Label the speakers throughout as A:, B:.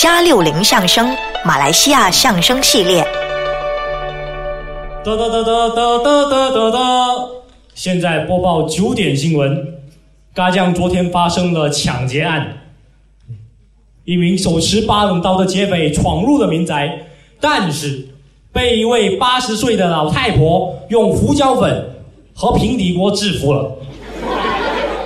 A: 加六零相声马来西亚相声系列。
B: 哒哒哒哒哒哒哒哒哒！现在播报九点新闻。嘎酱昨天发生了抢劫案，一名手持八棱刀的劫匪闯入了民宅，但是被一位八十岁的老太婆用胡椒粉和平底锅制服了，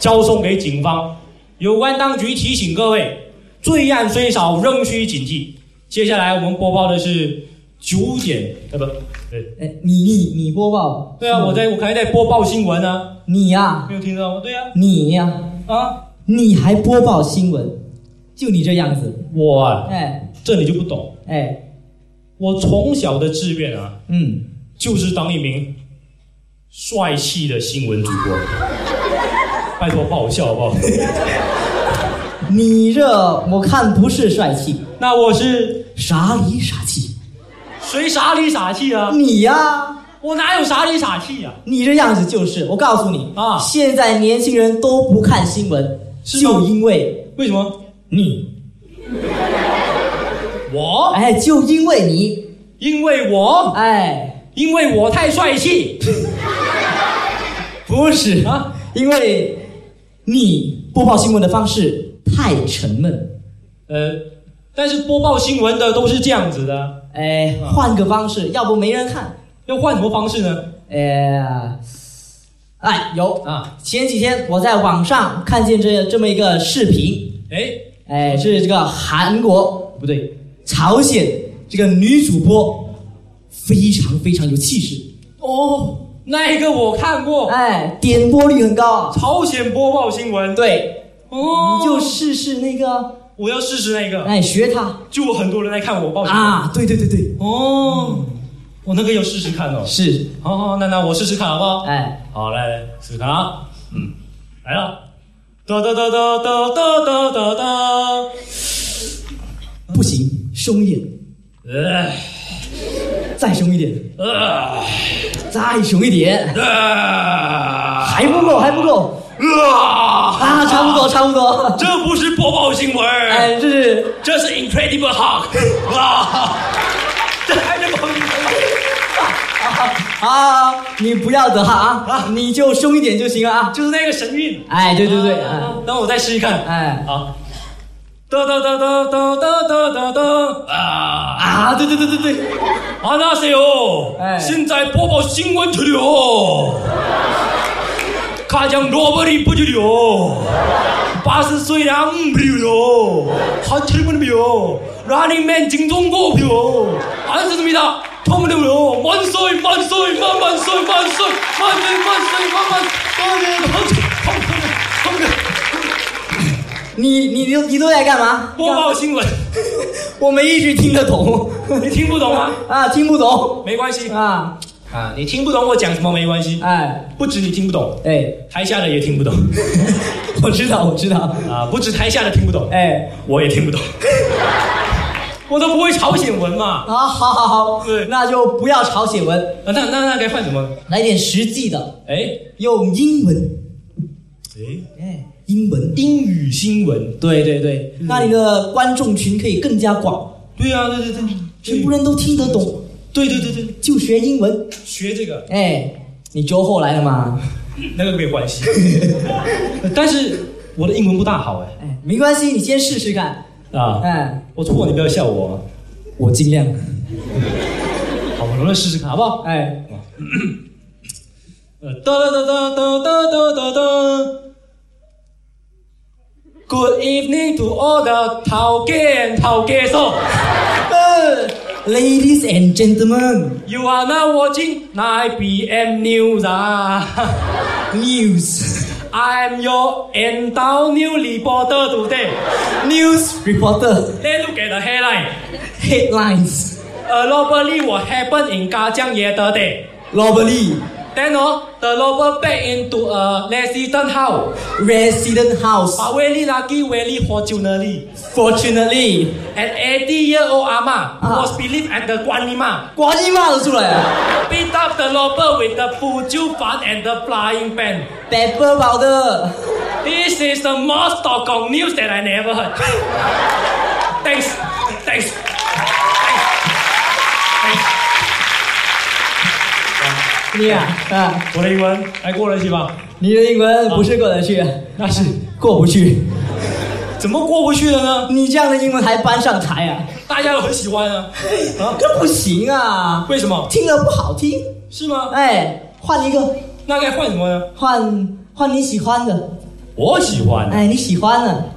B: 交送给警方。有关当局提醒各位，罪案虽少，仍需谨记。接下来我们播报的是九点，呃不，对。
C: 哎，你你你播报？
B: 对啊，我在我还在播报新闻啊，
C: 你呀、
B: 没有听到吗？对呀、
C: 你呀、
B: 啊，
C: 你还播报新闻？就你这样子，
B: 我啊，
C: 哎
B: 这你就不懂。
C: 哎，
B: 我从小的志愿啊，
C: 嗯，
B: 就是当一名帅气的新闻主播。拜托，不好笑好不好？
C: 你这我看不是帅气，
B: 那我是
C: 傻里傻气。
B: 谁傻里傻气啊？
C: 你呀、
B: 我哪有傻里傻气啊？
C: 你这样子就是，我告诉你
B: 啊
C: 现在年轻人都不看新闻，
B: 是吗
C: 就因为
B: 为什么？
C: 你，
B: 我
C: 哎，就因为你，
B: 因为我
C: 哎，
B: 因为我太帅气
C: 不是
B: 啊！
C: 因为你播报新闻的方式太沉闷。
B: 呃，但是播报新闻的都是这样子的啊，
C: 哎，换个方式，要不没人看。
B: 要换什么方式呢？
C: 哎，哎，有
B: 啊，
C: 前几天我在网上看见这这么一个视频，
B: 哎，
C: 哎，是这个韩国不对，朝鲜这个女主播非常非常有气势，
B: 哦，那个我看过，
C: 哎，点播率很高啊。
B: 朝鲜播报新闻。，
C: 对，
B: 哦，
C: 你就试试那个，
B: 我要试试那个，
C: 哎，学她
B: 就很多人来看我报新闻。
C: 啊，对对对对，
B: 哦，我那个要试试看哦。
C: 是，
B: 好好，那那我试试看好不好？
C: 哎，
B: 好，来来试试看啊。嗯，来了。哒哒哒哒哒哒哒哒哒。
C: 不行，凶一点，
B: 呃
C: 再凶一点，
B: 呃
C: 再凶一点，
B: 呃，
C: 还不够，还不够。
B: 啊！
C: 啊，差不多，差不多。
B: 这不是播报新闻，
C: 哎，这是
B: 这是 Incredible Hulk 啊！这还能帮你
C: 啊，你不要得哈啊，你就凶一点就行了啊。
B: 就是那个神韵。
C: 哎，对对对，
B: 啊
C: 哎
B: 那我再试试看。
C: 哎
B: 好。哒哒哒哒哒哒哒哒哒啊！
C: 啊，对对对对对，
B: 안녕하세요。
C: 哎
B: 现在播报新闻드려。가장로버리뿌드려。八十岁양부려한칠분이요 라닝맨 증동고요. 안 쓰습니다. 터무니요. 만岁만岁만만岁만岁만岁만岁만만岁만岁만岁
C: 你你你都你都在干嘛？
B: 播报新闻，
C: 我没一句听得懂
B: 你听不懂吗？
C: 啊，听不懂
B: 没关系
C: 啊，
B: 啊，你听不懂我讲什么没关系，
C: 哎
B: 不止你听不懂，
C: 哎，
B: 台下的也听不懂
C: 我知道我知道，
B: 啊，不止台下的听不懂，
C: 哎
B: 我也听不懂， 我都不会朝鲜文嘛，
C: 啊，好好好
B: 对，
C: 那就不要朝鲜文，
B: 啊那那那该换什么？
C: 来点实际的，
B: 哎
C: 用英文，
B: 哎，
C: 哎，英文。
B: 英语新闻，
C: 对对对，那你的观众群可以更加广，
B: 对啊，对对对，
C: 全部人都听得懂，
B: 对对对对，
C: 就学英文。
B: 学这个
C: 哎，你周后来了吗？
B: 那个没有关系， 但是我的英文不大好哎
C: 哎，没关系，你先试试看。
B: 啊，
C: 哎，
B: 我错你不要笑我啊，
C: 我尽量。
B: 好，我们试试看好不好？
C: 哎，
B: 呃，哒哒哒哒哒哒哒哒哒。Good evening to all the 陶家 and 陶家 so
C: 呃，Ladies and gentlemen,
B: you are now watching 9 p.m. news 啊
C: news
B: I'm your and down new reporter today.
C: news reporter
B: Let's look at the headline.
C: headlines.
B: A robbery was happened in Gajang yesterday.
C: Robbery
B: Then oh, the robber back into a resident house.
C: resident house.
B: But very lucky, very fortunately.
C: Fortunately，
B: An 80 year old Ama who
C: Ah.
B: was believed at the Guan Lima
C: 呱唧骂了出来啊
B: beat up the robber with the Fujiu fan and the flying pen.
C: ！Pepper 跑的
B: This is the most doggone news that I never heard. Thanks.
C: 你啊啊，
B: 我的英文还过得去吧？
C: 你的英文不是过得去，啊
B: 那是
C: 过不去。
B: 怎么过不去的呢？
C: 你这样的英文还搬上台啊？
B: 大家都很喜欢啊，啊？
C: 这呃不行啊，
B: 为什么？
C: 听了不好听。
B: 是吗？
C: 哎，换一个，
B: 那该换什么呢？
C: 换换你喜欢的。
B: 我喜欢，
C: 哎，你喜欢的，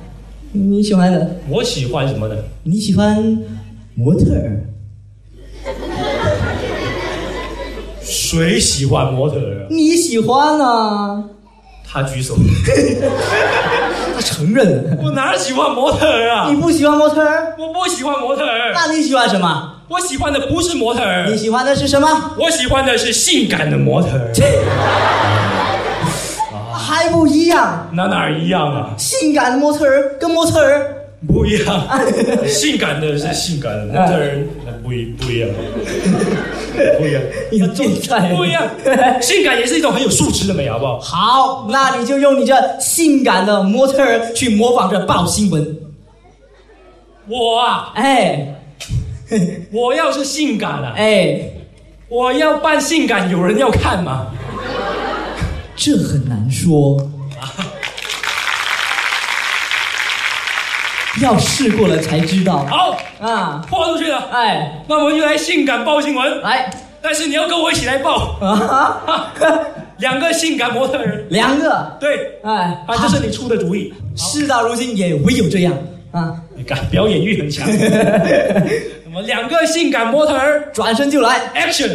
C: 你喜欢的，
B: 我喜欢什么呢？
C: 你喜欢模特儿。
B: 谁喜欢模特儿啊？
C: 你喜欢啊？
B: 他举手，
C: 他承认了。
B: 我哪喜欢模特儿啊
C: 你？不喜欢模特儿？
B: 我不喜欢模特儿，
C: 那你喜欢什么？
B: 我喜欢的不是模特儿
C: 你，喜欢的是什么？
B: 我喜欢的是性感的模特儿，
C: 还不一样？
B: 哪哪儿一样啊？
C: 性感的模特儿跟模特儿，
B: 不一样， 性感的是性感的模特
C: 哎
B: 儿，不一不 一样，不一样，
C: 你有变态
B: 不一样， 性感也是一种很有素质的美，好啊不好？
C: 好，那你就用你这性感的模特儿去模仿着报新闻。
B: 我啊，
C: 哎，
B: 我要是性感啊，
C: 哎，
B: 我要扮性感，有人要看吗？
C: 这很难说。要试过了才知道。
B: 好，
C: 啊，
B: 豁出去了。
C: 哎，
B: 那我们就来性感报新闻，
C: 来
B: 但是你要跟我一起来报，
C: 啊，
B: 两个性感模特人，
C: 两个，
B: 对，
C: 哎，
B: 啊，这是你出的主意，
C: 事到如今也唯有这样啊，
B: 你看表演欲很强。那么两个性感模特儿
C: 转身就来。
B: ，action！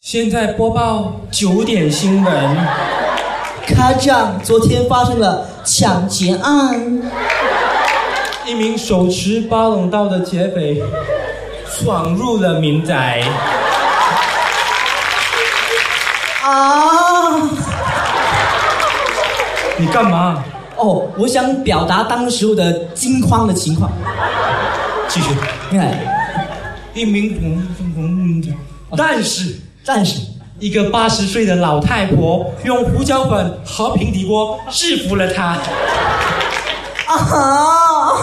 B: 现在播报九点新闻，
C: 卡酱，昨天发生了抢劫案，
B: 一名手持八龙刀的劫匪闯入了民宅，
C: 啊，
B: 你干嘛？
C: 哦，我想表达当时候的惊慌的情况。
B: 继续。
C: 哎，
B: 一名但是
C: 但是
B: 一个八十岁的老太婆用胡椒粉和平底锅制服了他。
C: 啊，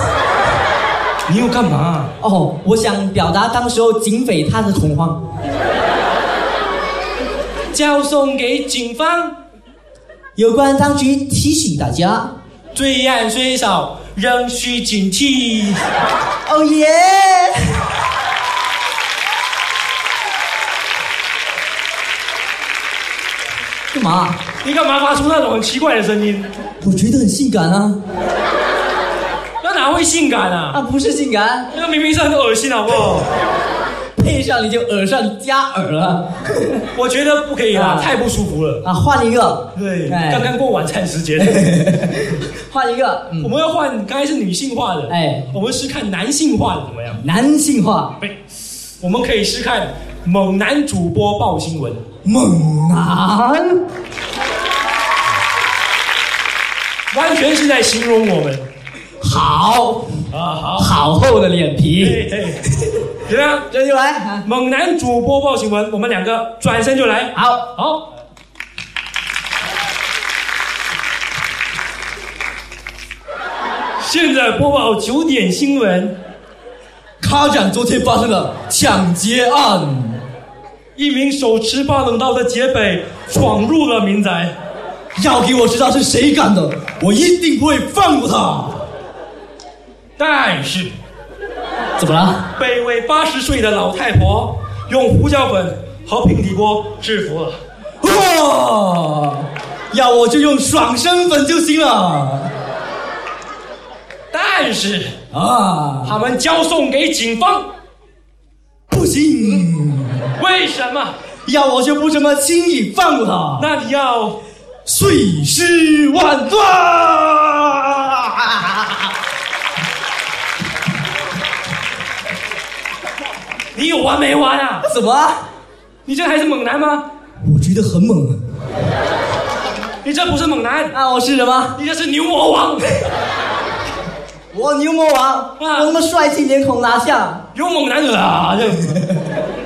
B: 你又干嘛？
C: 哦，我想表达当时候警匪他的恐慌。
B: 交送给警方。
C: 有关当局提醒大家，
B: 罪案虽少，仍需警惕。
C: 哦耶！干嘛？
B: 你干嘛发出那种很奇怪的声音？
C: 我觉得很性感啊！
B: 那哪会性感啊？
C: 啊，不是性感，
B: 那明明是很恶心，好不好？
C: 配上你就耳上加耳了。
B: 我觉得不可以啦，
C: 啊
B: 太不舒服了。
C: 啊，换一个，
B: 对，
C: 哎
B: 刚刚过晚餐时间，
C: 换一个，
B: 我
C: 嗯，
B: 们要换，刚才是女性化的，
C: 哎
B: 我们试看男性化的怎么样？
C: 男性化，
B: 哎，我们可以试看猛男主播报新闻。
C: 猛男，
B: 完全是在形容我们
C: 好
B: 啊！好，
C: 好厚的脸皮，
B: 嘿嘿怎么样？
C: 哎这就来啊！
B: 猛男主播报新闻，我们两个转身就来。
C: 好，
B: 好，现在播报九点新闻：
C: 卡展昨天发生了抢劫案，
B: 一名手持八棱刀的劫匪闯入了民宅，
C: 要给我知道是谁干的，我一定不会放过他。
B: 但是
C: 怎么了？
B: 被一位八十岁的老太婆用胡椒粉和平底锅制服了。
C: 哇，要我就用爽身粉就行了
B: 但是
C: 啊！
B: 他们交送给警方，
C: 不行，
B: 为什么？
C: 要我就不这么轻易放过他，
B: 那你要
C: 碎尸万段。
B: 你有完没完啊？
C: 怎么？
B: 你这还是猛男吗？
C: 我觉得很猛
B: 你这不是猛男，
C: 啊！我是什么？
B: 你这是牛魔王，
C: 我牛魔王，
B: 啊
C: 我他妈帅气脸孔拿下，
B: 有猛男啊，这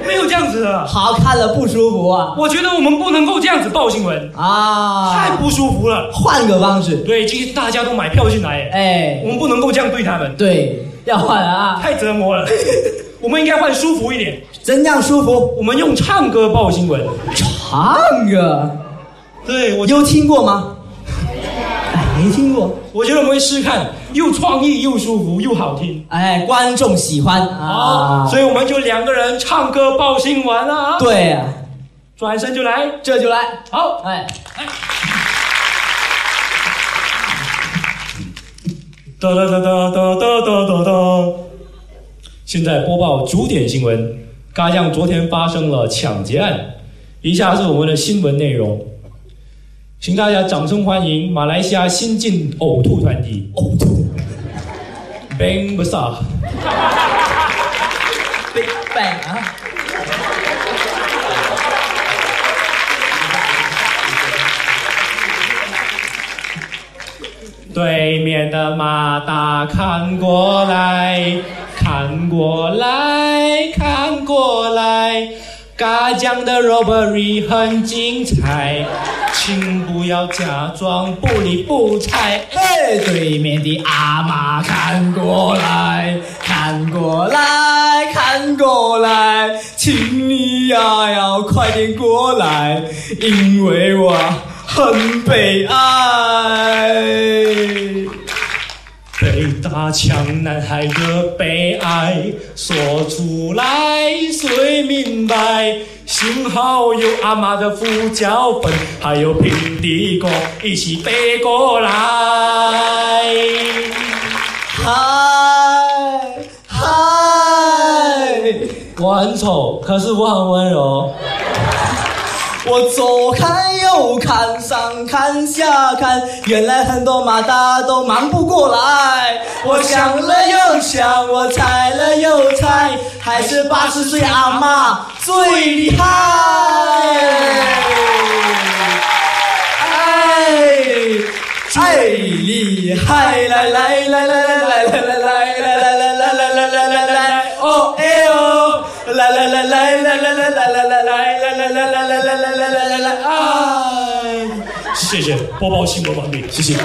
B: 没有这样子的。
C: 好看了不舒服啊！
B: 我觉得我们不能够这样子报新闻，太
C: 啊，
B: 不舒服了。
C: 换个方式，
B: 对，今天大家都买票进来，哎，
C: 哎
B: 我，们不能够这样对他们，
C: 对，要换了啊！
B: 太折磨了。 我们应该换舒服一点，
C: 怎样舒服？
B: 我们用唱歌报新闻。
C: 唱歌，
B: 对我，
C: 有听过吗？哎，没听过。
B: 我觉得我们会试试看，又创意又舒服又好听。
C: 哎，观众喜欢
B: 好，
C: 啊，
B: 所以我们就两个人唱歌报新闻啊。，
C: 对呀、
B: 转身就来。
C: 这就来。
B: 好，
C: 哎，
B: 哒哒哒哒哒哒哒哒哒。现在播报主点新闻：嘎酱昨天发生了抢劫案。以下是我们的新闻内容，请大家掌声欢迎马来西亚新晋呕吐团体
C: 呕吐，
B: Bang Besar。
C: 对，拜啊！
B: 对面的马达看过来，看过来，看过来，嘎酱的 robbery 很精彩，请不要假装不理不睬。
C: 哎，对面的阿妈看过来，看过来，看过来，请你呀要快点过来，因为我很悲哀。
B: 被打枪男孩的悲哀，说出来谁明白？幸好有阿妈的胡椒粉，还有平底锅一起背过来。
C: 嗨嗨，
B: 我很丑，可是我很温柔。
C: 我左看右看，上看下看，原来很多马达都忙不过来。我想了又想，我猜了又猜，还是八十岁阿妈最厉害。哎，最厉害！来来来来来来来来来来来来来来来来来！哦哎哦！来来来来来来来来来来来来来来来来来来来来！哎。
B: 谢谢播报新闻完毕，谢谢。